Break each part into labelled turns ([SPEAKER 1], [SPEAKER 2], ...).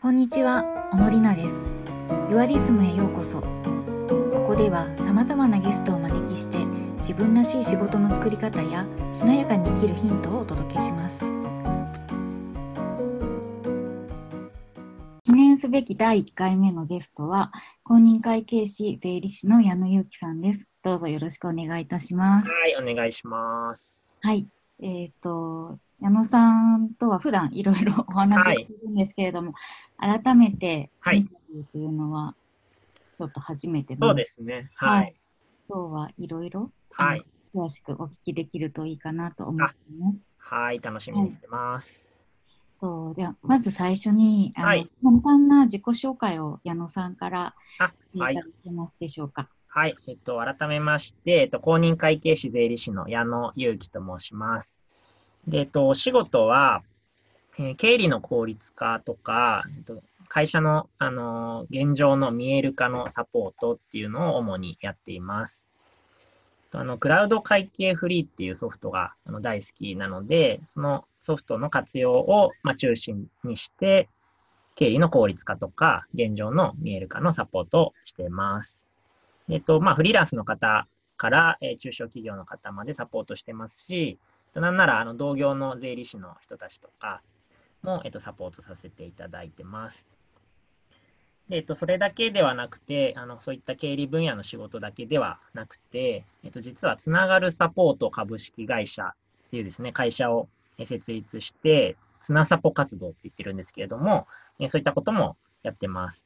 [SPEAKER 1] こんにちは、小野里奈です。ユアリズムへようこそ。ここでは様々なゲストをお招きして、自分らしい仕事の作り方やしなやかに生きるヒントをお届けします。記念すべき第1回目のゲストは、公認会計士税理士の矢野祐樹さんです。どうぞよろしくお願いいたします。
[SPEAKER 2] はい、お願いします。
[SPEAKER 1] はい、えっ、と、矢野さんとは普段いろい ろお話ししてるんですけれども、改めて
[SPEAKER 2] は
[SPEAKER 1] イ
[SPEAKER 2] い
[SPEAKER 1] ンタビューというのは、ちょっと初めてな
[SPEAKER 2] そう
[SPEAKER 1] ので、
[SPEAKER 2] ですね。はい。
[SPEAKER 1] 今日はいろいろ、
[SPEAKER 2] はい。
[SPEAKER 1] あの詳しくお聞きできるといいかなと思っています。
[SPEAKER 2] はい、楽しみにしてます。
[SPEAKER 1] とではまず最初にあの、
[SPEAKER 2] はい
[SPEAKER 1] 簡単な自己紹介を矢野さんから
[SPEAKER 2] あ
[SPEAKER 1] してい
[SPEAKER 2] はい
[SPEAKER 1] ただけますでしょうか。
[SPEAKER 2] はい。えっと、改めまして、えっと、公認会計士税理士の矢野祐樹と申します。で、えっと、お仕事は、えー経理の効率化とか、えっと、会社の、あのー現状の見える化のサポートっていうのを主にやっています。あの、クラウド会計フリーっていうソフトがあの大好きなので、そのソフトの活用を、まあ、中心にして、経理の効率化とか、現状の見える化のサポートをしています。えっと、まあ、フリーランスの方から、えー中小企業の方までサポートしてますし、えっとなんなら、あの、同業の税理士の人たちとかも、えっと、サポートさせていただいてます。でえっと、それだけではなくてあの、そういった経理分野の仕事だけではなくて、えっと、実はつながるサポート株式会社っていうですね、会社をえー設立して、つなサポ活動って言ってるんですけれども、えーそういったこともやってます。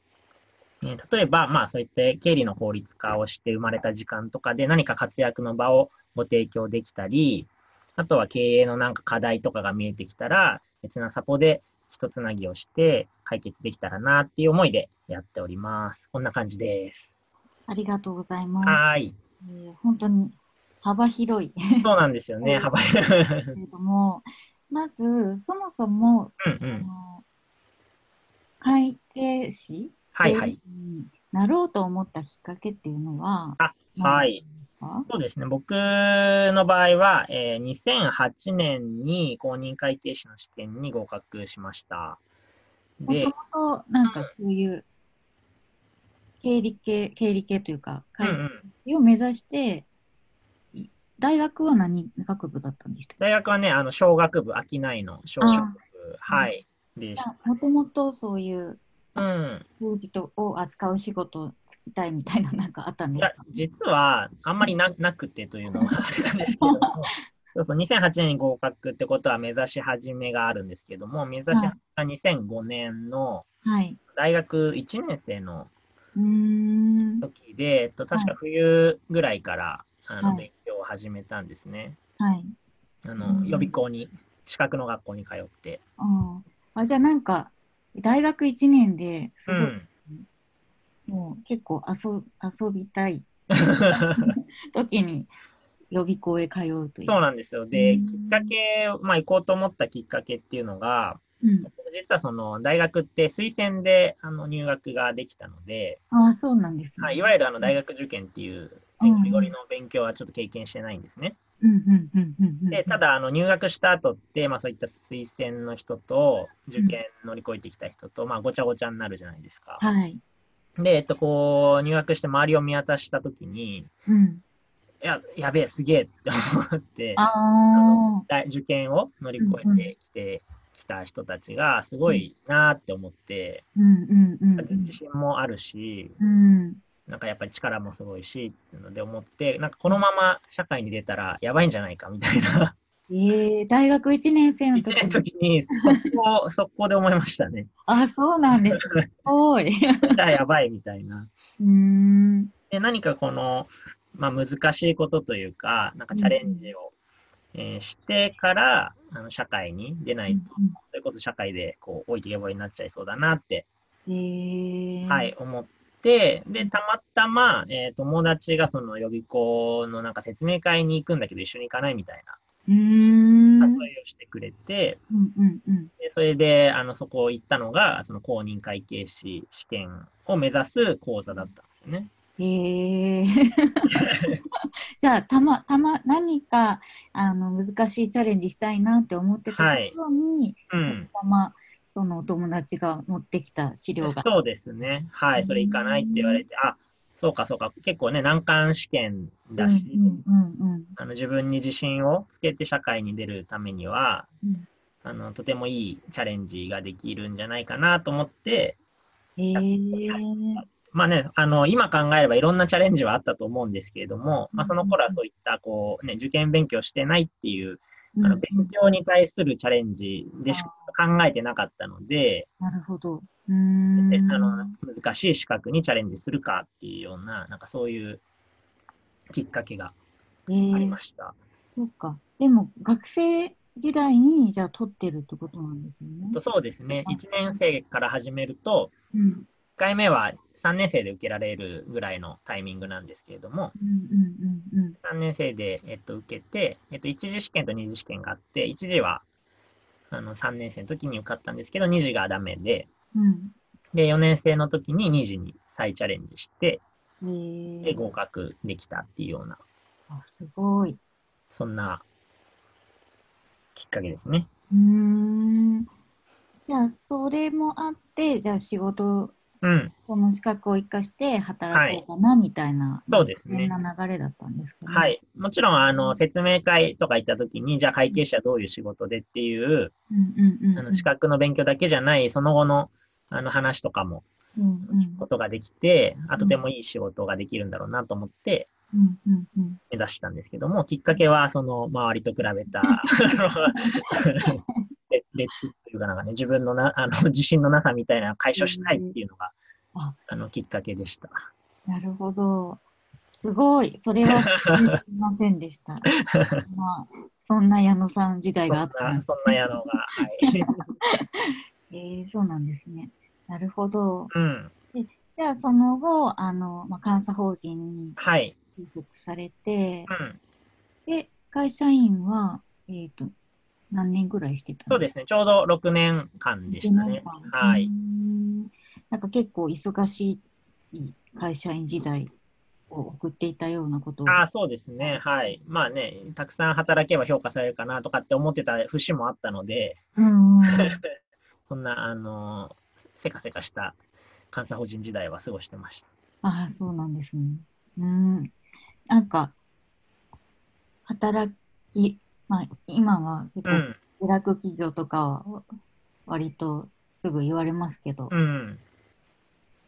[SPEAKER 2] えー例えば、まあ、そういった経理の効率化をして生まれた時間とかで何か活躍の場をご提供できたり、あとは経営のなんか課題とかが見えてきたら、別なサポで一つなぎをして解決できたらなっていう思いでやっております。こんな感じです。
[SPEAKER 1] ありがとうございます。
[SPEAKER 2] はーい。
[SPEAKER 1] えー本当に幅広い
[SPEAKER 2] そうなんですよね。幅 う
[SPEAKER 1] けれども、 まずそもそも
[SPEAKER 2] んう
[SPEAKER 1] あ
[SPEAKER 2] ん。
[SPEAKER 1] の会計士
[SPEAKER 2] はいはい。
[SPEAKER 1] になろうと思ったきっかけっていうのは、
[SPEAKER 2] あ
[SPEAKER 1] 何
[SPEAKER 2] はい
[SPEAKER 1] ですか
[SPEAKER 2] そうですね。僕の場合は、えー2008年に公認会計士の試験に合格しました。
[SPEAKER 1] も
[SPEAKER 2] で
[SPEAKER 1] と、もとなんかそういう経理系経理系というか
[SPEAKER 2] うんう
[SPEAKER 1] 会
[SPEAKER 2] ん。
[SPEAKER 1] 計を目指して、い大学は何学部だったんでしたっ
[SPEAKER 2] 大学はね、あの、小学部、商いの小学部、はい、でした。
[SPEAKER 1] けもともとそういう
[SPEAKER 2] うん。
[SPEAKER 1] 数字とを扱う仕事をつきたいみたいななんかあったん
[SPEAKER 2] い
[SPEAKER 1] です
[SPEAKER 2] や
[SPEAKER 1] か、
[SPEAKER 2] 実は、あんまりななくてというのは あれなんです けども、そうそう、2008年に合格ってことは目指し始めがあるんですけども、目指し始めが2005年の
[SPEAKER 1] はい。
[SPEAKER 2] 大学1年生の
[SPEAKER 1] うーん。
[SPEAKER 2] 時で、えっと、確か冬ぐらいから、あ
[SPEAKER 1] は
[SPEAKER 2] の、
[SPEAKER 1] い
[SPEAKER 2] 勉強を始めたんですね。
[SPEAKER 1] はい。
[SPEAKER 2] あ
[SPEAKER 1] う
[SPEAKER 2] の、
[SPEAKER 1] ん
[SPEAKER 2] 予備校に、資格の学校に通って。
[SPEAKER 1] うんあじゃあなんか大学1年です
[SPEAKER 2] う
[SPEAKER 1] ごい、
[SPEAKER 2] ん。
[SPEAKER 1] もう結構遊遊びたい時に予備校へ通うという。
[SPEAKER 2] そうなんですよ。で、
[SPEAKER 1] う
[SPEAKER 2] き
[SPEAKER 1] ん
[SPEAKER 2] っかけ、まあ、行こうと思ったきっかけっていうのが、
[SPEAKER 1] うん
[SPEAKER 2] 実はその大学って推薦であの入学ができたので、
[SPEAKER 1] ああそうなんですね。
[SPEAKER 2] はい、いわゆるあの大学受験っていう、
[SPEAKER 1] うん
[SPEAKER 2] ゴリゴリの勉強はちょっと経験してないんですね。
[SPEAKER 1] うんうんうんうんうん
[SPEAKER 2] で、ただあの入学した後って、まあ、そういった推薦の人と、受験乗り越えてきた人と、まあ、ごちゃごちゃになるじゃないですか。
[SPEAKER 1] はい。
[SPEAKER 2] で、えっと、こう、入学して周りを見渡したときに、
[SPEAKER 1] うん、
[SPEAKER 2] いや、やべえ、すげえって思って。
[SPEAKER 1] あ
[SPEAKER 2] 大受験を乗り越えてきてきた人たちがすごいなーって思って、
[SPEAKER 1] ーうんうんうんうん
[SPEAKER 2] 自信もあるし
[SPEAKER 1] うん
[SPEAKER 2] なんかやっぱり力もすごいしっていうので思ってなんかこのまま社会に出たらやばいんじゃないかみたいな
[SPEAKER 1] えー、大学1年生の
[SPEAKER 2] 一
[SPEAKER 1] 時
[SPEAKER 2] 年の
[SPEAKER 1] に
[SPEAKER 2] 時に速攻速攻で思いましたね。
[SPEAKER 1] あそうなんですね。すご い。う
[SPEAKER 2] じゃあやばいみたいな。
[SPEAKER 1] ーん
[SPEAKER 2] で何かこの、まあ、難しいことというかなんかチャレンジを、えーしてからあの社会に出ないと、それこそ社会でこう置いてけぼりになっちゃいそうだなって
[SPEAKER 1] えー、
[SPEAKER 2] はい、思って、で、たまたま、えー友達がその予備校のなんか説明会に行くんだけど、一緒に行かないみたいな
[SPEAKER 1] うーん
[SPEAKER 2] 誘いをしてくれて、
[SPEAKER 1] うんうんうん。
[SPEAKER 2] でそれであのそこ行ったのが、その公認会計士試験を目指す講座だったんですよね。
[SPEAKER 1] へえ。 じゃあたまたま何かあの難しいチャレンジしたいなって思ってた
[SPEAKER 2] はい
[SPEAKER 1] ところに、
[SPEAKER 2] うん、
[SPEAKER 1] たまたまそのお友達が持ってきた資料が。
[SPEAKER 2] そうですね。は
[SPEAKER 1] う
[SPEAKER 2] い、
[SPEAKER 1] ん
[SPEAKER 2] それ行かないって言われて、あそうかそうか、結構ね、難関試験だし、
[SPEAKER 1] うんうんうんうん
[SPEAKER 2] あの自分に自信をつけて社会に出るためには、
[SPEAKER 1] うん
[SPEAKER 2] あのとてもいいチャレンジができるんじゃないかなと思って、
[SPEAKER 1] へえ。
[SPEAKER 2] まあね、あの今考えればいろんなチャレンジはあったと思うんですけれども、まあ、その頃はそういったこう、ね、受験勉強してないっていうあの勉強に対するチャレンジでしか考えてなかったので、
[SPEAKER 1] なるほど。うーん。
[SPEAKER 2] であの難しい資格にチャレンジするかっていうような、なんかそういうきっかけが
[SPEAKER 1] え
[SPEAKER 2] あり
[SPEAKER 1] ー、
[SPEAKER 2] ました。
[SPEAKER 1] そうか。でも学生時代にじゃあ取ってるってことなんですよね。
[SPEAKER 2] とそうですね、1年生から始めると、
[SPEAKER 1] うん
[SPEAKER 2] 1回目は3年生で受けられるぐらいのタイミングなんですけれども、
[SPEAKER 1] うんうんうんうん。
[SPEAKER 2] 3年生で、えっと、受けて、えっと、1次試験と2次試験があって、1次はあの3年生の時に受かったんですけど、2次がダメで、
[SPEAKER 1] うん
[SPEAKER 2] で、4年生の時に2次に再チャレンジして、
[SPEAKER 1] えー
[SPEAKER 2] で、合格できたっていうような、
[SPEAKER 1] あすごい。
[SPEAKER 2] そんなきっかけですね。
[SPEAKER 1] うーん。じゃあそれもあってじゃあ仕事
[SPEAKER 2] うん。
[SPEAKER 1] この資格を生かして働こうかなみたいな、
[SPEAKER 2] そうですね
[SPEAKER 1] 自然な流れだったんですかね。
[SPEAKER 2] は。い。もちろん、あの、説明会とか行った時に、じゃあ会計士はどういう仕事でっていう、
[SPEAKER 1] うんうんうん。
[SPEAKER 2] あの、資格の勉強だけじゃない、その後の、あの、話とかも、
[SPEAKER 1] うんうん
[SPEAKER 2] 聞くことができて、あ、とてもいい仕事ができるんだろうなと思って、
[SPEAKER 1] うんうんうん。
[SPEAKER 2] 目指したんですけども、きっかけは、その、周りと比べ た、あの劣劣っていうかなんかね、自分のな、あの、自信のなさみたいなのを解消したいっていうのが、
[SPEAKER 1] うんあ
[SPEAKER 2] あの、きっかけでした。
[SPEAKER 1] なるほど。すごい。それはすみませんで した。まあ、そんな矢野さん時代
[SPEAKER 2] そん
[SPEAKER 1] があったん
[SPEAKER 2] な、
[SPEAKER 1] です。
[SPEAKER 2] そんな野郎が、 はい。
[SPEAKER 1] えーそうなんですね。なるほど。
[SPEAKER 2] うん。
[SPEAKER 1] じゃあ、その後、あの、まあ、監査法人に
[SPEAKER 2] はい。
[SPEAKER 1] 就職されて、
[SPEAKER 2] うん。
[SPEAKER 1] で、会社員は、えっ、と、何年ぐらいしてた
[SPEAKER 2] そうですね。ちょうど6年間でしたね
[SPEAKER 1] 6年。間
[SPEAKER 2] は
[SPEAKER 1] う
[SPEAKER 2] い。
[SPEAKER 1] ーんなんか結構忙しい会社員時代を送っていたようなことを。
[SPEAKER 2] ああ、そうですね。はい。まあね、たくさん働けば評価されるかなとかって思ってた節もあったので、
[SPEAKER 1] うんうんうん。
[SPEAKER 2] そんな、あの、せかせかした監査法人時代は過ごしてました。
[SPEAKER 1] ああ、そうなんですね。うーん。なんか、働き、まあ、今は結
[SPEAKER 2] う
[SPEAKER 1] 構、
[SPEAKER 2] ん。
[SPEAKER 1] ブラック企業とかは、割とすぐ言われますけど、
[SPEAKER 2] うん。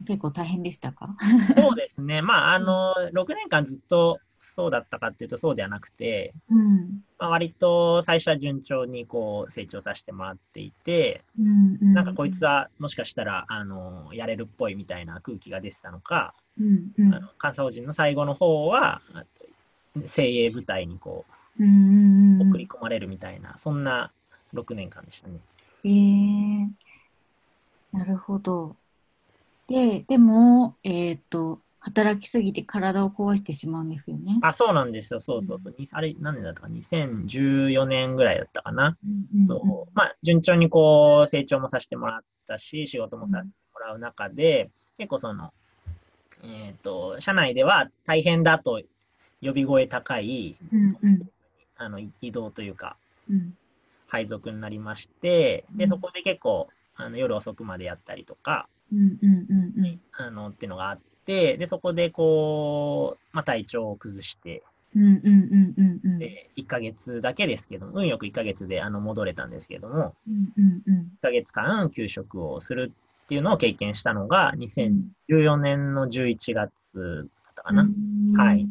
[SPEAKER 1] 結構大変でしたか
[SPEAKER 2] そうですね、まあ、あの6年間ずっとそうだったかっていうと、そうではなくて、
[SPEAKER 1] うん。
[SPEAKER 2] まあ、割と最初は順調にこう成長させてもらっていて、
[SPEAKER 1] うん、うん。
[SPEAKER 2] なんかこいつはもしかしたらあのやれるっぽいみたいな空気が出てたのか、
[SPEAKER 1] うん、うん、
[SPEAKER 2] あの監査法人の最後の方は、あと精鋭部隊にこ
[SPEAKER 1] うんうん、
[SPEAKER 2] う
[SPEAKER 1] うん。
[SPEAKER 2] 送り込まれるみたいな、そんな6年間でしたね。
[SPEAKER 1] えー、なるほど。で、でも、えっと、働きすぎて体を壊してしまうんですよね。
[SPEAKER 2] あ、そうなんですよ、そうそうそう、にあれ、何年だったか、2014年ぐらいだったかな。
[SPEAKER 1] うんうんうん
[SPEAKER 2] そうまあ、順調にこう成長もさせてもらったし仕事もさせてもらう中で、結構その、えー、と社内では大変だと呼び声高い
[SPEAKER 1] うん、うん、
[SPEAKER 2] あのい移動というか
[SPEAKER 1] うん。
[SPEAKER 2] 配属になりまして
[SPEAKER 1] う
[SPEAKER 2] で
[SPEAKER 1] ん
[SPEAKER 2] そこで結構あの夜遅くまでやったりとか
[SPEAKER 1] うん、うん、うん、うん。
[SPEAKER 2] あのっていうのがあってでそこでこう、まあ、体調を崩して
[SPEAKER 1] うんうんうんうんうん。
[SPEAKER 2] で1ヶ月だけですけども運よく1ヶ月であの戻れたんですけども。
[SPEAKER 1] うんうんうん。
[SPEAKER 2] 1ヶ月間休職をするっていうのを経験したのが2014年の11月だったかな。
[SPEAKER 1] うん
[SPEAKER 2] はい。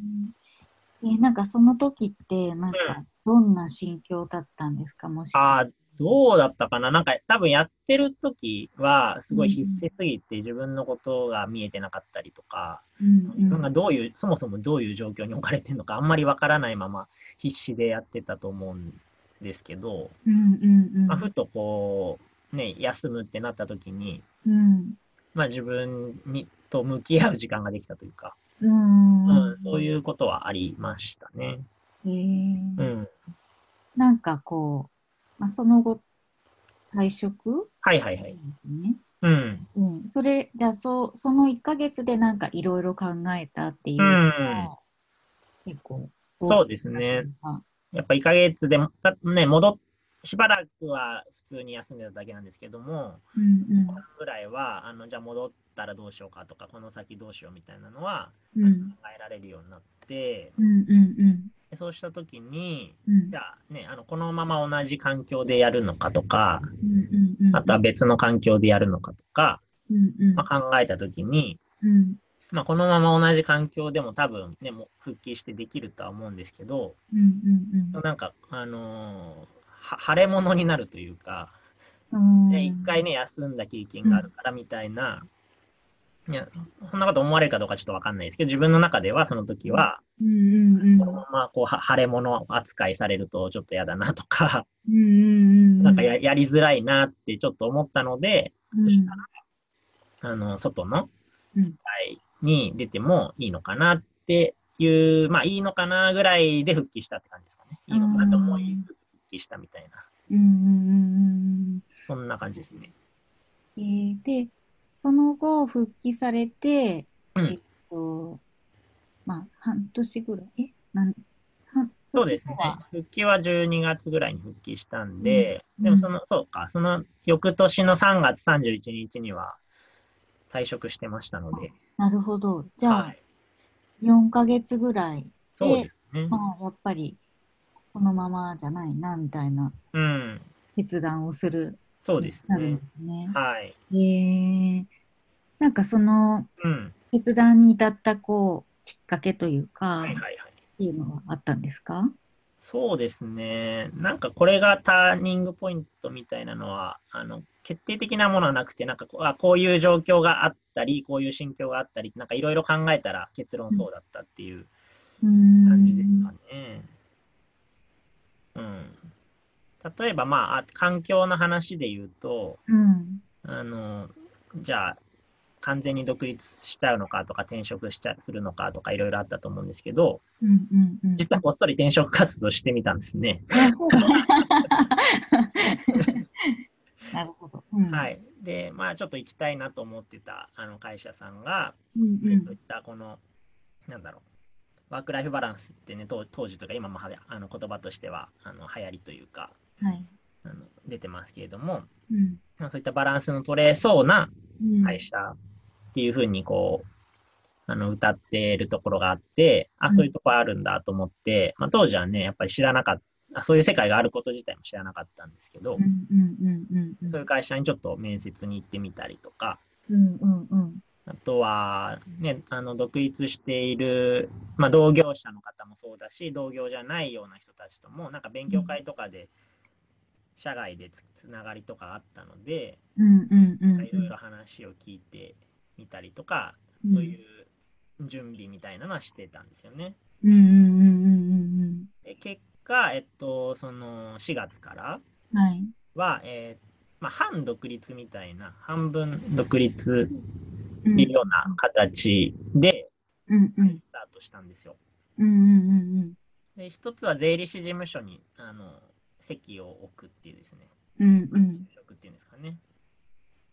[SPEAKER 1] え、なんかその時って、なんかどんな心境だったんですかもし。
[SPEAKER 2] ああ、どうだったかななんか多分やってる時はすごい必死すぎて自分のことが見えてなかったりとか、
[SPEAKER 1] うんう
[SPEAKER 2] 自分
[SPEAKER 1] ん。
[SPEAKER 2] がどういう、そもそもどういう状況に置かれてるのかあんまりわからないまま必死でやってたと思うんですけど、
[SPEAKER 1] うんうん
[SPEAKER 2] まあ、ふとこう、ね、休むってなった時に、
[SPEAKER 1] うん。うん。
[SPEAKER 2] まあ自分にと向き合う時間ができたというか、
[SPEAKER 1] うん
[SPEAKER 2] うん、そういうことはありましたね。
[SPEAKER 1] へえ
[SPEAKER 2] うん。
[SPEAKER 1] なんかこう、まあ、その後、退職
[SPEAKER 2] はいはいはい。
[SPEAKER 1] ね。
[SPEAKER 2] うん。
[SPEAKER 1] うん。それ、じゃあ、そう、その1ヶ月でなんかいろいろ考えたっていう
[SPEAKER 2] う
[SPEAKER 1] の
[SPEAKER 2] ん。
[SPEAKER 1] が、結構、
[SPEAKER 2] そうですね。
[SPEAKER 1] あ
[SPEAKER 2] やっぱ1ヶ月でも、たね、戻っ、しばらくは普通に休んでただけなんですけども、
[SPEAKER 1] うんう
[SPEAKER 2] ぐらいは、あの、じゃあ戻ったらどうしようかとか、この先どうしようみたいなのは
[SPEAKER 1] ん。うん。
[SPEAKER 2] 考えられるようになって、
[SPEAKER 1] うんうんうん。
[SPEAKER 2] でそうした時に、
[SPEAKER 1] うん
[SPEAKER 2] じゃあね、あの、このまま同じ環境でやるのかとか、
[SPEAKER 1] うんうんうん。
[SPEAKER 2] あとは別の環境でやるのかとか、
[SPEAKER 1] うんうん。
[SPEAKER 2] まあ、考えた時に、
[SPEAKER 1] うん
[SPEAKER 2] まあ、このまま同じ環境でも多分ね、もう復帰してできるとは思うんですけど、
[SPEAKER 1] うんうんうん。
[SPEAKER 2] なんか、あのーは腫れ物になるというか、
[SPEAKER 1] うん
[SPEAKER 2] で一回ね、休んだ経験があるからみたいな、いや、そんなこと思われるかどうかちょっとわかんないですけど、自分の中ではその時は、
[SPEAKER 1] うんうんうん。
[SPEAKER 2] このままこうは腫れ物扱いされるとちょっと嫌だなとか、
[SPEAKER 1] うんうんうん。
[SPEAKER 2] なんかややりづらいなってちょっと思ったので、
[SPEAKER 1] うん、
[SPEAKER 2] あの、外の
[SPEAKER 1] うん
[SPEAKER 2] 舞台に出てもいいのかなっていう、まあいいのかなぐらいで復帰したって感じですかね。いいのかなと思い復帰したみたいな、
[SPEAKER 1] うんうんうんうん
[SPEAKER 2] そんな感じですね。
[SPEAKER 1] えーで、その後、復帰されて、
[SPEAKER 2] うん
[SPEAKER 1] えっと、まあ、半年ぐらい、え、なん、半
[SPEAKER 2] そうですね
[SPEAKER 1] 復帰後は。
[SPEAKER 2] 復帰は12月ぐらいに復帰したんで、
[SPEAKER 1] うん
[SPEAKER 2] でもその、そうか、その翌年の3月31日には退職してましたので、
[SPEAKER 1] なるほど。じゃ
[SPEAKER 2] は
[SPEAKER 1] あ、
[SPEAKER 2] い。
[SPEAKER 1] 4ヶ月ぐらい、
[SPEAKER 2] そうですね。
[SPEAKER 1] まあ、やっぱり、このままじゃないな、みたいな
[SPEAKER 2] うん。
[SPEAKER 1] 決断をする、
[SPEAKER 2] そうです
[SPEAKER 1] なるん
[SPEAKER 2] ね
[SPEAKER 1] で。すね。
[SPEAKER 2] はい。
[SPEAKER 1] えーなんかその、
[SPEAKER 2] うん。
[SPEAKER 1] 決断に至った、こう、きっかけというか
[SPEAKER 2] はい、はいはい。
[SPEAKER 1] っていうのはあったんですか
[SPEAKER 2] そうですね。なんかこれがターニングポイントみたいなのは、あの、決定的なものはなくて、なんかこうあこういう状況があったり、こういう心境があったり、なんかいろいろ考えたら結論そうだったっていう
[SPEAKER 1] うーん
[SPEAKER 2] 感じですかね。うん。例えば、まああ、環境の話で言うと、
[SPEAKER 1] うん。
[SPEAKER 2] あの、じゃあ、完全に独立しちゃうのかとか、転職しちゃするのかとか、いろいろあったと思うんですけど、
[SPEAKER 1] うんうんうん。
[SPEAKER 2] 実はこっそり転職活動してみたんですね。
[SPEAKER 1] あそうだなるほど。うん
[SPEAKER 2] は。い。で、まあ、ちょっと行きたいなと思ってたあの会社さんが、
[SPEAKER 1] うんう
[SPEAKER 2] えっとい
[SPEAKER 1] ん。
[SPEAKER 2] ったこの、なんだろう、ワークライフバランスってね、当当時とか今もはやあの言葉としてはあの流行りというか
[SPEAKER 1] はい。
[SPEAKER 2] あの、出てますけれども、
[SPEAKER 1] うん。
[SPEAKER 2] まあそういったバランスの取れそうな
[SPEAKER 1] うん
[SPEAKER 2] 会社っていうふうにこう、あの歌ってるところがあって、あ、そういうとこあるんだと思って、まあ、当時はね、やっぱり知らなかった、そういう世界があること自体も知らなかったんですけど
[SPEAKER 1] う、んうんうんうんうん。
[SPEAKER 2] そういう会社にちょっと面接に行ってみたりとか、
[SPEAKER 1] うんうんうん。
[SPEAKER 2] あとは、ね、あの独立している、まあ、同業者の方もそうだし、同業じゃないような人たちとも、なんか勉強会とかで、社外でつつながりとかあったので、
[SPEAKER 1] うんうんうんうん。
[SPEAKER 2] いろいろ話を聞いてみたりとか、
[SPEAKER 1] うん
[SPEAKER 2] そういう準備みたいなのはしてたんですよね。
[SPEAKER 1] うんうんうんうん
[SPEAKER 2] で結果、えっと、その4月から
[SPEAKER 1] うん。はい。
[SPEAKER 2] は、えーまあ、半独立みたいな、半分独立
[SPEAKER 1] う
[SPEAKER 2] い
[SPEAKER 1] ん
[SPEAKER 2] るような形で
[SPEAKER 1] うんうん
[SPEAKER 2] スタートしたんですよ。
[SPEAKER 1] うんうんうん
[SPEAKER 2] で一つは税理士事務所にあの席を置くっていうですね、
[SPEAKER 1] うんうん
[SPEAKER 2] 就職っていうんですかね、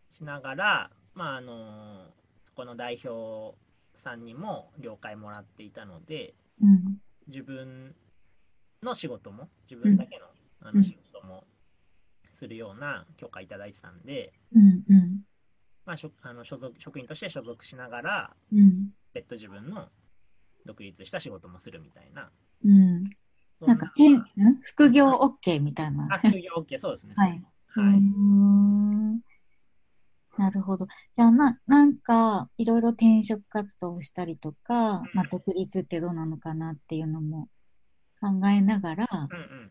[SPEAKER 2] しながら、まああのそこの代表さんにも了解もらっていたので、
[SPEAKER 1] うん
[SPEAKER 2] 自分の仕事も、自分だけの,、あの仕事もするような許可いただいてたんで、
[SPEAKER 1] うんうん
[SPEAKER 2] まあ、しょあの所属職員として所属しながら、
[SPEAKER 1] うん
[SPEAKER 2] 別途自分の独立した仕事もするみたいな。
[SPEAKER 1] うん。
[SPEAKER 2] そ
[SPEAKER 1] なんか、変、ん副業 OK みたいな。
[SPEAKER 2] あ、休業 OK、そうですね。
[SPEAKER 1] はい
[SPEAKER 2] そうですは
[SPEAKER 1] うー
[SPEAKER 2] い
[SPEAKER 1] んなるほど。じゃあな、なんか、いろいろ転職活動をしたりとか、まあ、独立ってどうなのかなっていうのも考えながら、
[SPEAKER 2] うんうん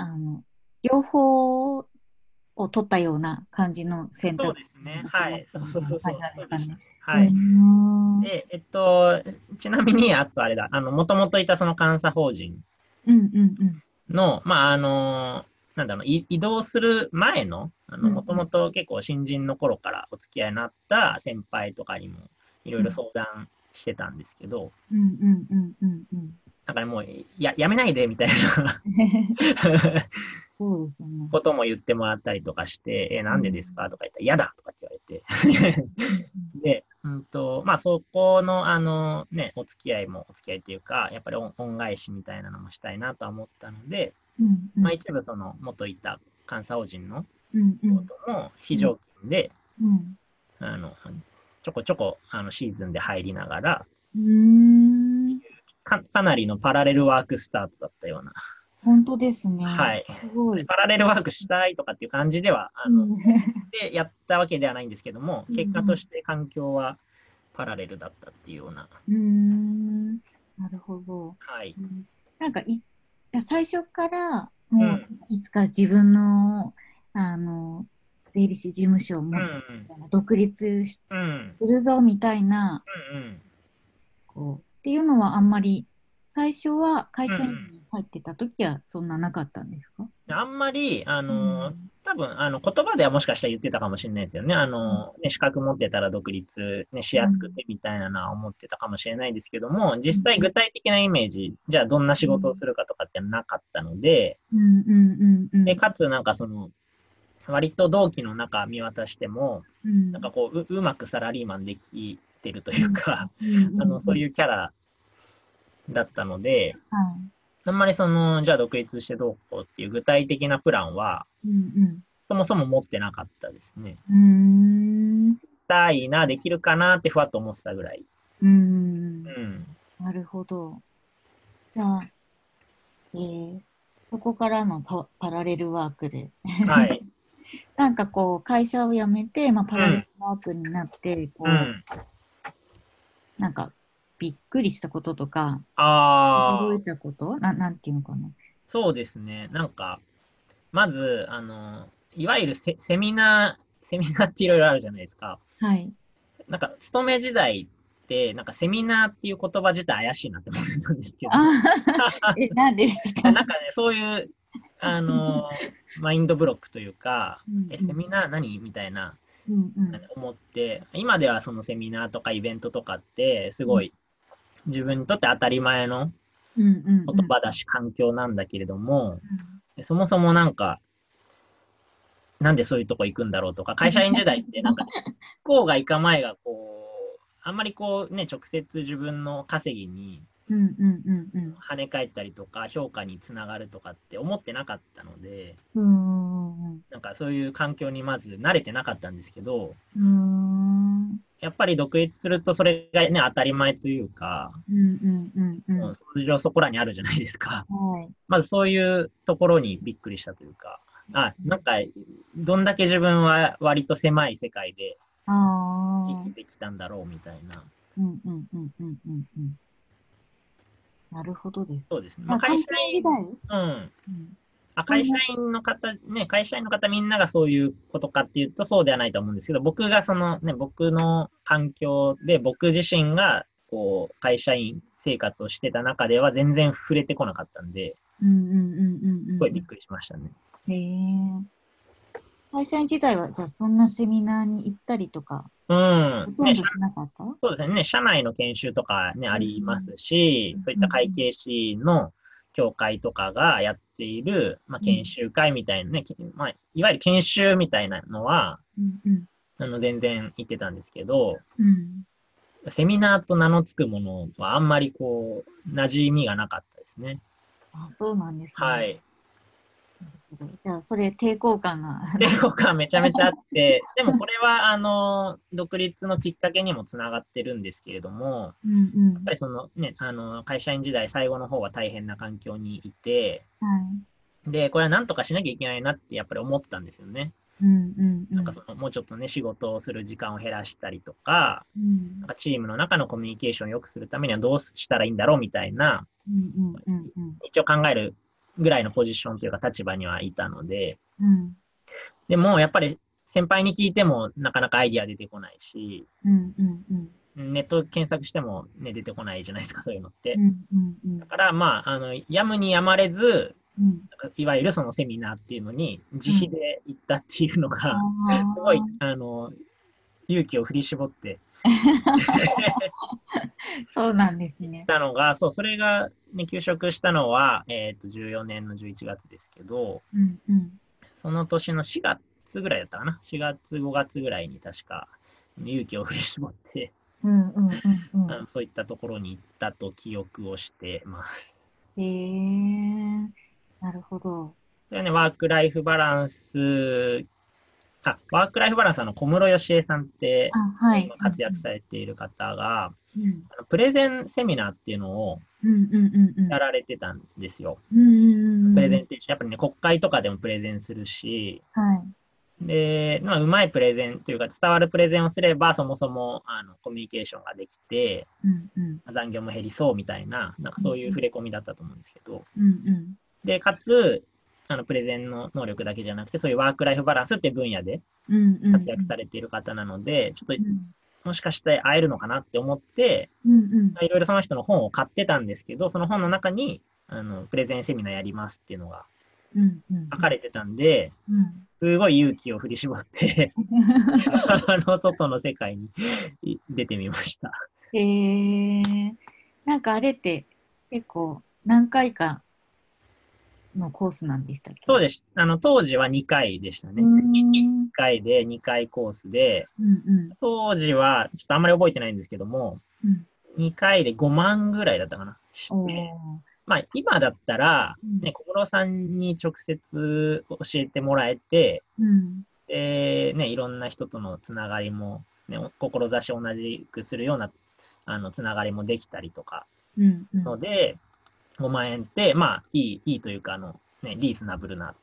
[SPEAKER 1] あの、両方を取ったような感じの選
[SPEAKER 2] そ
[SPEAKER 1] 択
[SPEAKER 2] うですね。はい。そうそうそうそう。
[SPEAKER 1] 会社ですかね
[SPEAKER 2] は
[SPEAKER 1] う
[SPEAKER 2] い。
[SPEAKER 1] ーん
[SPEAKER 2] で、えっと、ちなみに、あとあれだ、あの、もともといたその監査法人
[SPEAKER 1] うんうんうん。
[SPEAKER 2] の、まあ、あの、なんだろう、い移動する前の、あの、
[SPEAKER 1] うん
[SPEAKER 2] もともと結構新人の頃からお付き合いになった先輩とかにも、いろいろ相談してたんですけど、
[SPEAKER 1] うんうんうんうんうん。
[SPEAKER 2] だからもう、や、やめないで、みたいな
[SPEAKER 1] うんそうですよね。
[SPEAKER 2] ことも言ってもらったりとかして、え、なんでですかとか言ったら、嫌だとかって言われて。 で、うんと、まあ、そこの、あの、ね、お付き合いも、お付き合いというか、やっぱり恩恩返しみたいなのもしたいなとは思ったので、
[SPEAKER 1] うんうん
[SPEAKER 2] まあ、一部その、元いた監査法人の
[SPEAKER 1] うんう
[SPEAKER 2] 仕
[SPEAKER 1] ん
[SPEAKER 2] 事も非常勤で、
[SPEAKER 1] うん
[SPEAKER 2] あの、ちょこちょこ、あの、シーズンで入りながら、
[SPEAKER 1] うーん
[SPEAKER 2] かかなりのパラレルワークスタートだったような、
[SPEAKER 1] 本当ですね。
[SPEAKER 2] はい。
[SPEAKER 1] すごい。
[SPEAKER 2] パラレルワークしたいとかっていう感じでは、あの、
[SPEAKER 1] うん
[SPEAKER 2] でやったわけではないんですけども、結果として環境はパラレルだったっていうような、
[SPEAKER 1] うーんなるほど。
[SPEAKER 2] はい、
[SPEAKER 1] うんなんかい最初からも
[SPEAKER 2] う
[SPEAKER 1] ういつか自分のあの税理士事務所を
[SPEAKER 2] う
[SPEAKER 1] 持って
[SPEAKER 2] ん、
[SPEAKER 1] 独立し
[SPEAKER 2] うん、うん、
[SPEAKER 1] するぞみたいな
[SPEAKER 2] うん、
[SPEAKER 1] こうっていうのはあんまり最初は会社に入ってた時はそんななかったんですか、
[SPEAKER 2] あんまり、あ
[SPEAKER 1] う
[SPEAKER 2] の、
[SPEAKER 1] ん
[SPEAKER 2] 多分あの言葉ではもしかしたら言ってたかもしれないですよね。あの、ね、資格持ってたら独立、ね、しやすくてみたいなのは思ってたかもしれないですけども、実際具体的なイメージ、じゃあどんな仕事をするかとかってなかったので、
[SPEAKER 1] うんうんうんうん
[SPEAKER 2] で、かつなんかその、割と同期の中見渡しても、
[SPEAKER 1] うん
[SPEAKER 2] なんかこう、ううまくサラリーマンできてるというか、あのそう
[SPEAKER 1] う
[SPEAKER 2] いうキャラだったので、
[SPEAKER 1] んは
[SPEAKER 2] あんまりその、じゃあ独立してどうこうっていう具体的なプランは、
[SPEAKER 1] いうん
[SPEAKER 2] そもそも持ってなかったですね。
[SPEAKER 1] うんうーん
[SPEAKER 2] したいな、できるかなってふわっと思ってたぐらい。
[SPEAKER 1] うーん
[SPEAKER 2] うん。
[SPEAKER 1] なるほど。じゃあ、えーそこからのパパラレルワークで、
[SPEAKER 2] はい。
[SPEAKER 1] なんかこう、会社を辞めて、まあ、パラレルワークになって、こう、
[SPEAKER 2] うん。
[SPEAKER 1] なんか、びっくりしたこととか、
[SPEAKER 2] あ
[SPEAKER 1] 驚
[SPEAKER 2] あ
[SPEAKER 1] い、たことななんていうのかな。
[SPEAKER 2] そうですね。なんか、まず、あの、いわゆるセセミナー、セミナーっていろいろあるじゃないですか。
[SPEAKER 1] はい。
[SPEAKER 2] なんか、勤め時代って、なんかセミナーっていう言葉自体怪しいなって思ったんですけど。
[SPEAKER 1] あー え、なんでですか
[SPEAKER 2] なんかね、そういう、あのーマインドブロックというか、
[SPEAKER 1] うん
[SPEAKER 2] えセミナー何みたいな、
[SPEAKER 1] うんうん
[SPEAKER 2] 思って、今ではそのセミナーとかイベントとかって、すごい、自分にとって当たり前の
[SPEAKER 1] うんうん
[SPEAKER 2] 言葉だし、環境なんだけれども、そもそもなんか、なんでそういうとこ行くんだろうとか、会社員時代って、なんか、こうがいかまいが、こう、あんまりこうね、直接自分の稼ぎに
[SPEAKER 1] うんうんうんうん
[SPEAKER 2] 跳ね返ったりとか、評価につながるとかって思ってなかったので、
[SPEAKER 1] うんうん
[SPEAKER 2] なんかそういう環境にまず慣れてなかったんですけど、
[SPEAKER 1] うんうん
[SPEAKER 2] やっぱり独立するとそれがね、当たり前というか、
[SPEAKER 1] うんうんうん
[SPEAKER 2] もう通常そこらにあるじゃないですか。
[SPEAKER 1] はい
[SPEAKER 2] まずそういうところにびっくりしたというか、あ、なんか、どんだけ自分は割と狭い世界で
[SPEAKER 1] あー
[SPEAKER 2] 生きてきたんだろうみたいな。
[SPEAKER 1] うんうんうんうんうんうん。なるほどです。
[SPEAKER 2] そうですね。
[SPEAKER 1] ま
[SPEAKER 2] まあ、
[SPEAKER 1] あ、
[SPEAKER 2] 会
[SPEAKER 1] 会
[SPEAKER 2] 社
[SPEAKER 1] 社
[SPEAKER 2] 員
[SPEAKER 1] 時、代、
[SPEAKER 2] うん。
[SPEAKER 1] うん、
[SPEAKER 2] あ会社員の方、ね、会社員の方みんながそういうことかっていうとそうではないと思うんですけど、僕がそのね、僕の環境で僕自身がこう、会社員生活をしてた中では全然触れてこなかったんで、
[SPEAKER 1] うんうんうんうん
[SPEAKER 2] す
[SPEAKER 1] う
[SPEAKER 2] ごいびっくりしましたね。
[SPEAKER 1] ん。へえ。会社員時代は、じゃあそんなセミナーに行ったりとか、
[SPEAKER 2] うん
[SPEAKER 1] ほ。とん
[SPEAKER 2] ね
[SPEAKER 1] どしなかった、
[SPEAKER 2] そうですね。社内の研修とかね、ありますし
[SPEAKER 1] うん、
[SPEAKER 2] そういった会計士の協会とかがやっている、まあ、
[SPEAKER 1] うん
[SPEAKER 2] 研修会みたいなね、けまあ、いわゆる研修みたいなのは、
[SPEAKER 1] うんうん
[SPEAKER 2] あの、全然行ってたんですけど、
[SPEAKER 1] うん。
[SPEAKER 2] セミナーと名の付くものはあんまりこう、馴染みがなかったですね。
[SPEAKER 1] あ、そうなんですね。
[SPEAKER 2] は。い。
[SPEAKER 1] じゃあ、それ抵抗感が。
[SPEAKER 2] 抵抗感めちゃめちゃあ って、でもこれは、あの、独立のきっかけにもつながってるんですけれども、
[SPEAKER 1] うんうん。
[SPEAKER 2] やっぱりそのね、あの、会社員時代最後の方は大変な環境にいて、
[SPEAKER 1] はい。
[SPEAKER 2] で、これはなんとかしなきゃいけないなってやっぱり思ったんですよね。
[SPEAKER 1] うんうんうん。
[SPEAKER 2] なんかその、もうちょっとね、仕事をする時間を減らしたりとか、
[SPEAKER 1] うん
[SPEAKER 2] なんかチームの中のコミュニケーションを良くするためにはどうしたらいいんだろうみたいな、
[SPEAKER 1] うんうんうんうん
[SPEAKER 2] 一応考えるぐらいのポジションというか立場にはいたので、
[SPEAKER 1] うん
[SPEAKER 2] でもやっぱり先輩に聞いてもなかなかアイディア出てこないし、
[SPEAKER 1] うんうんうん
[SPEAKER 2] ネット検索しても、ね、出てこないじゃないですか、そういうのって。
[SPEAKER 1] うんうんうん
[SPEAKER 2] だから、まあ、あの、やむにやまれず、
[SPEAKER 1] うん。
[SPEAKER 2] いわゆるそのセミナーっていうのに、自費で行ったっていうのが、
[SPEAKER 1] あー
[SPEAKER 2] すごい、あの、勇気を振り絞って、
[SPEAKER 1] そうなんですね。
[SPEAKER 2] なのが、そう、それが、ね、休職したのは、えっ、と、14年の11月ですけど、
[SPEAKER 1] うんうん。
[SPEAKER 2] その年の4月ぐらいだったかな。4月、5月ぐらいに確か、勇気を振り絞って、
[SPEAKER 1] うんうんうん
[SPEAKER 2] あのそういったところに行ったと記憶をしてます。
[SPEAKER 1] うん。へえ。なるほど。
[SPEAKER 2] でね、ワークライフバランス、あ、ワークライフバランスはあの小室よしえさんって、
[SPEAKER 1] あ、はい
[SPEAKER 2] 今。活躍されている方が、
[SPEAKER 1] うん
[SPEAKER 2] あのプレゼンセミナーっていうのを
[SPEAKER 1] うんうんうんうん。
[SPEAKER 2] やられてたんですよ。
[SPEAKER 1] うんうんうん。
[SPEAKER 2] プレゼンテーション。やっぱりね、国会とかでもプレゼンするし、
[SPEAKER 1] はい。
[SPEAKER 2] で、まあ、うまいプレゼンというか、伝わるプレゼンをすれば、そもそもあのコミュニケーションができて、
[SPEAKER 1] うんうん
[SPEAKER 2] まあ残業も減りそうみたいな、なんかそういう触れ込みだったと思うんですけど、
[SPEAKER 1] うん
[SPEAKER 2] で、かつ、あのプレゼンの能力だけじゃなくて、そういうワークライフバランスっていう分野で
[SPEAKER 1] うん。うんうん。
[SPEAKER 2] 活躍されている方なので、ちょっ
[SPEAKER 1] う
[SPEAKER 2] と
[SPEAKER 1] ん
[SPEAKER 2] もしかして会えるのかなって思って、
[SPEAKER 1] うんうん。
[SPEAKER 2] いろいろその人の本を買ってたんですけど、その本の中に、あのプレゼンセミナーやりますっていうのが
[SPEAKER 1] うんうん。
[SPEAKER 2] 書かれてたんで、
[SPEAKER 1] うん。
[SPEAKER 2] すごい勇気を振り絞 って、あの外の世界にい出てみました。
[SPEAKER 1] へえ。なんかあれって結構何回かのコースなんでしたっけ
[SPEAKER 2] そう
[SPEAKER 1] で
[SPEAKER 2] です。あの当時は2回でしたね。1
[SPEAKER 1] ん
[SPEAKER 2] 回で2回コースで、
[SPEAKER 1] うんうん
[SPEAKER 2] 当時はちょっとあんまり覚えてないんですけども、
[SPEAKER 1] うん。
[SPEAKER 2] 2回で5万ぐらいだったかな。して
[SPEAKER 1] おー
[SPEAKER 2] まあ今だったら、
[SPEAKER 1] うん
[SPEAKER 2] ね、小室さんに直接教えてもらえて、
[SPEAKER 1] うん
[SPEAKER 2] でね、いろんな人とのつながりも、ね、志を同じくするようなあのつながりもできたりとか
[SPEAKER 1] うんうん。
[SPEAKER 2] ので、5万円って、まあ、いい、いいというか、あの、ね、リーズナブルな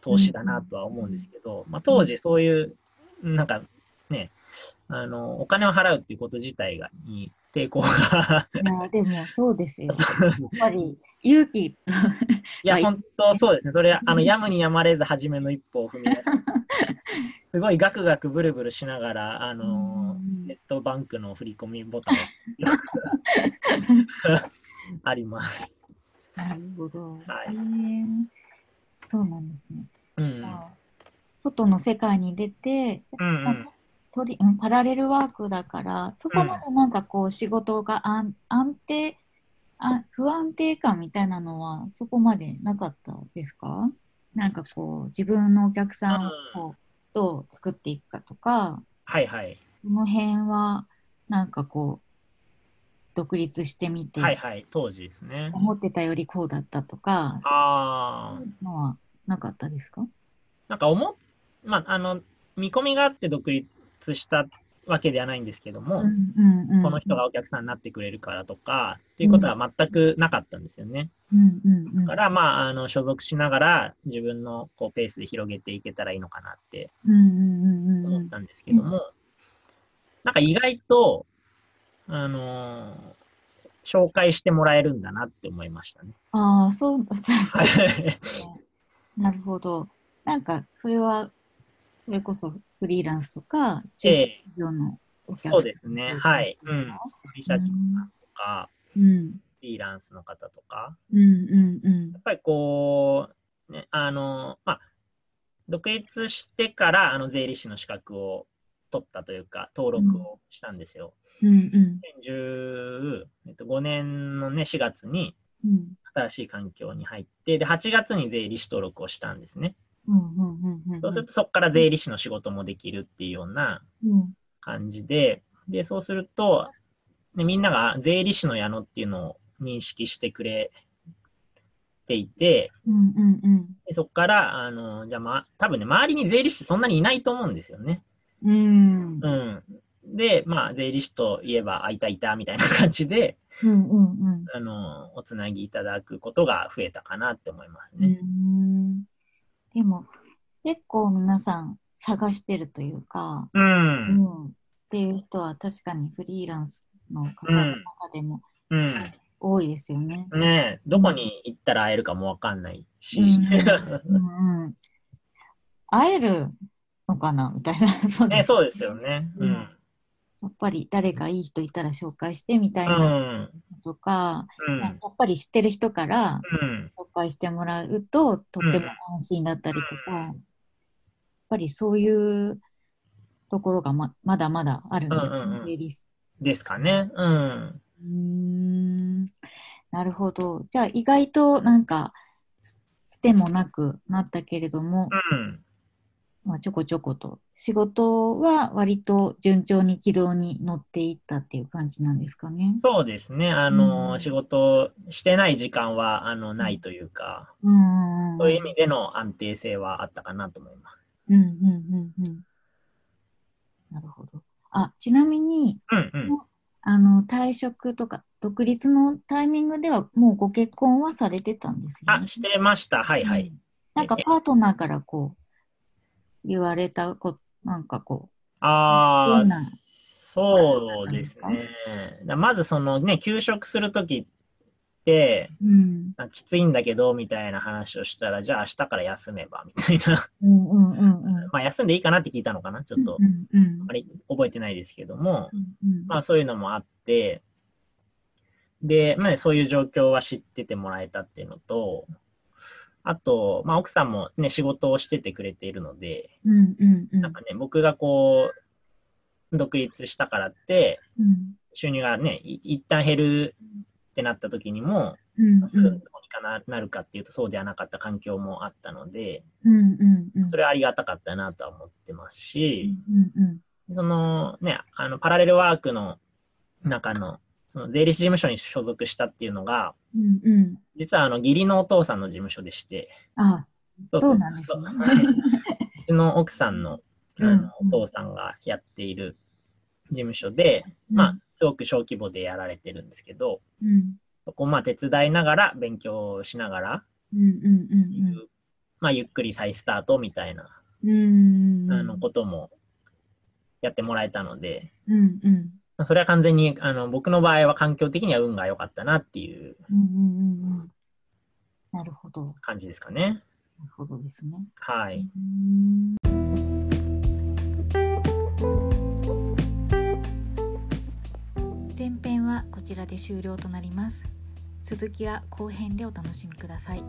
[SPEAKER 2] 投資だなとは思うんですけど、まあ、当時そういう、なんか、ね、あの、お金を払うっていうこと自体が、に抵抗が、
[SPEAKER 1] いやでもそうです よ。やっぱり勇気と
[SPEAKER 2] いや、
[SPEAKER 1] はい
[SPEAKER 2] 本当そうですね。それ、あ
[SPEAKER 1] う
[SPEAKER 2] の、
[SPEAKER 1] ん
[SPEAKER 2] やむにやまれず初めの一歩を踏み 出した。すごいガクガクブルブルしながら、あの
[SPEAKER 1] うんう、ん
[SPEAKER 2] ネットバンクの振り込みボタンを あります。
[SPEAKER 1] なるほど。
[SPEAKER 2] はい
[SPEAKER 1] へえそうなんですね。
[SPEAKER 2] うん。
[SPEAKER 1] まあ外の世界に出て、
[SPEAKER 2] うんうん。
[SPEAKER 1] とりうんパラレルワークだから、そこまでなんかこう仕事が安安定あ、不安定感みたいなのはそこまでなかったですかなんかこう自分のお客さんをこうどう作っていくかとか、
[SPEAKER 2] はいはい。
[SPEAKER 1] この辺はなんかこう独立してみて、
[SPEAKER 2] はいはい。当時ですね。
[SPEAKER 1] 思ってたよりこうだったとか、
[SPEAKER 2] ああ。
[SPEAKER 1] のはなかったですか
[SPEAKER 2] なんか思っ、まあ、あの、見込みがあって独立したわけではないんですけども、こ
[SPEAKER 1] こ
[SPEAKER 2] の人がお客さんになってくれるからとか、っていうことは全くなかったんですよね。だから、まあ、あの、所属しながら自分のこうペースで広げていけたらいいのかなって思ったんですけども、なんか意外と、あのー紹介してもらえるんだなって思いましたね。
[SPEAKER 1] ああそうそうそ
[SPEAKER 2] は
[SPEAKER 1] う
[SPEAKER 2] い
[SPEAKER 1] なるほどなんかそれはそれこそフリーランスとか中小
[SPEAKER 2] ええ
[SPEAKER 1] 企業のお客さん
[SPEAKER 2] そうですね。はい。うん。一人社長さんとか、
[SPEAKER 1] うん
[SPEAKER 2] フリーランスの方とか、
[SPEAKER 1] うんうんうん
[SPEAKER 2] やっぱりこう、ね、あの、まあ、独立してから、あの、税理士の資格を取ったというか、登録をしたんですよ。
[SPEAKER 1] うんうん
[SPEAKER 2] 2015年のね、4月に
[SPEAKER 1] うん
[SPEAKER 2] 新しい環境に入って、で、8月に税理士登録をしたんですね。
[SPEAKER 1] うんうんうんうん
[SPEAKER 2] そうすると、そこから税理士の仕事もできるっていうような
[SPEAKER 1] うん
[SPEAKER 2] 感じで、で、そうすると、ねみんなが税理士の矢野っていうのを認識してくれていて、
[SPEAKER 1] うんうんうん
[SPEAKER 2] でそこから、あの、じゃあ、ま、多分ね、周りに税理士ってそんなにいないと思うんですよね。
[SPEAKER 1] うん
[SPEAKER 2] うん。で、まあ、税理士といえば、あ、いたいた、みたいな感じで、
[SPEAKER 1] うんうんうん
[SPEAKER 2] あの、おつなぎいただくことが増えたかなって思います
[SPEAKER 1] う
[SPEAKER 2] ね。
[SPEAKER 1] んでも結構皆さん探してるというか
[SPEAKER 2] うん。
[SPEAKER 1] うん、っていう人は確かにフリーランスの方の中でも
[SPEAKER 2] うん。
[SPEAKER 1] 多いですよね。
[SPEAKER 2] ねえどこに行ったら会えるかもわかんないし。
[SPEAKER 1] うんうん会えるのかなみたいな そうで
[SPEAKER 2] ね、
[SPEAKER 1] す
[SPEAKER 2] そうですよね。うん。。
[SPEAKER 1] やっぱり誰かいい人いたら紹介してみたいうなんとか、
[SPEAKER 2] う
[SPEAKER 1] やっ
[SPEAKER 2] ん。
[SPEAKER 1] ぱり知ってる人から
[SPEAKER 2] うん。
[SPEAKER 1] 紹介してもらうととっても安心だったりとか、やっぱりそういうところがままだまだあるんです
[SPEAKER 2] うんうんうん
[SPEAKER 1] ね。
[SPEAKER 2] ですかね。うん。
[SPEAKER 1] うんなるほど。じゃあ意外となんかつつてもなくなったけれども、
[SPEAKER 2] うん。
[SPEAKER 1] まあ、ちょこちょこと仕事は割と順調に軌道に乗っていったっていう感じなんですかね。
[SPEAKER 2] そうですね。あ
[SPEAKER 1] う
[SPEAKER 2] の、
[SPEAKER 1] ん
[SPEAKER 2] 仕事してない時間は、あの、ないというか、
[SPEAKER 1] うんうん
[SPEAKER 2] そういう意味での安定性はあったかなと思います。
[SPEAKER 1] うんうんうんうん。なるほど。あちなみに
[SPEAKER 2] うんうん。
[SPEAKER 1] あの退職とか独立のタイミングではもうご結婚はされてたんですよ
[SPEAKER 2] あ、
[SPEAKER 1] ね。
[SPEAKER 2] してました。はいは
[SPEAKER 1] う
[SPEAKER 2] い。
[SPEAKER 1] んなんかパートナーからこう言われたこなんかこ
[SPEAKER 2] あ
[SPEAKER 1] どんな
[SPEAKER 2] あ、そうですね。まずそのね、休職するときって、
[SPEAKER 1] う、うん、
[SPEAKER 2] あきついんだけど、みたいな話をしたら、じゃあ明日から休めば、みたいな。
[SPEAKER 1] うんうんうんうん。
[SPEAKER 2] まあ、休んでいいかなって聞いたのかなちょっと
[SPEAKER 1] う、んうん
[SPEAKER 2] あまり覚えてないですけども、
[SPEAKER 1] うんうん
[SPEAKER 2] まあ、そういうのもあって、で、まあね、そういう状況は知っててもらえたっていうのと、あと、まあ、奥さんもね、仕事をしててくれているので、
[SPEAKER 1] うんうんうん
[SPEAKER 2] なんかね、僕がこう、独立したからって、
[SPEAKER 1] うん
[SPEAKER 2] 収入がね、い一旦減るってなった時にも、
[SPEAKER 1] うん
[SPEAKER 2] すぐどうにかななるかっていうと、そうではなかった環境もあったので、
[SPEAKER 1] うんうんうん
[SPEAKER 2] それはありがたかったなとは思ってますし、
[SPEAKER 1] うんうん
[SPEAKER 2] そのね、あの、パラレルワークの中の、その税理士事務所に所属したっていうのが、
[SPEAKER 1] うんうん
[SPEAKER 2] 実はあの、義理のお父さんの事務所でして、
[SPEAKER 1] あ
[SPEAKER 2] そ
[SPEAKER 1] そうなんですね
[SPEAKER 2] ううちの奥さんのあ
[SPEAKER 1] うん
[SPEAKER 2] のお父さんがやっている事務所で、まあ、すごく小規模でやられてるんですけど、
[SPEAKER 1] うん
[SPEAKER 2] そこをまあ手伝いながら、勉強しながら、
[SPEAKER 1] うんうんうん
[SPEAKER 2] まあ、ゆっくり再スタートみたいな、
[SPEAKER 1] うんうん
[SPEAKER 2] あの、こともやってもらえたので、
[SPEAKER 1] うんうん
[SPEAKER 2] まあそれは完全に、あの、僕の場合は環境的には運が良かったなっていう
[SPEAKER 1] うんうんうんうんなるほどな
[SPEAKER 2] 感じですかね。
[SPEAKER 1] るほどですね
[SPEAKER 2] はい。
[SPEAKER 1] うん前編はこちらで終了となります続きは後編でお楽しみください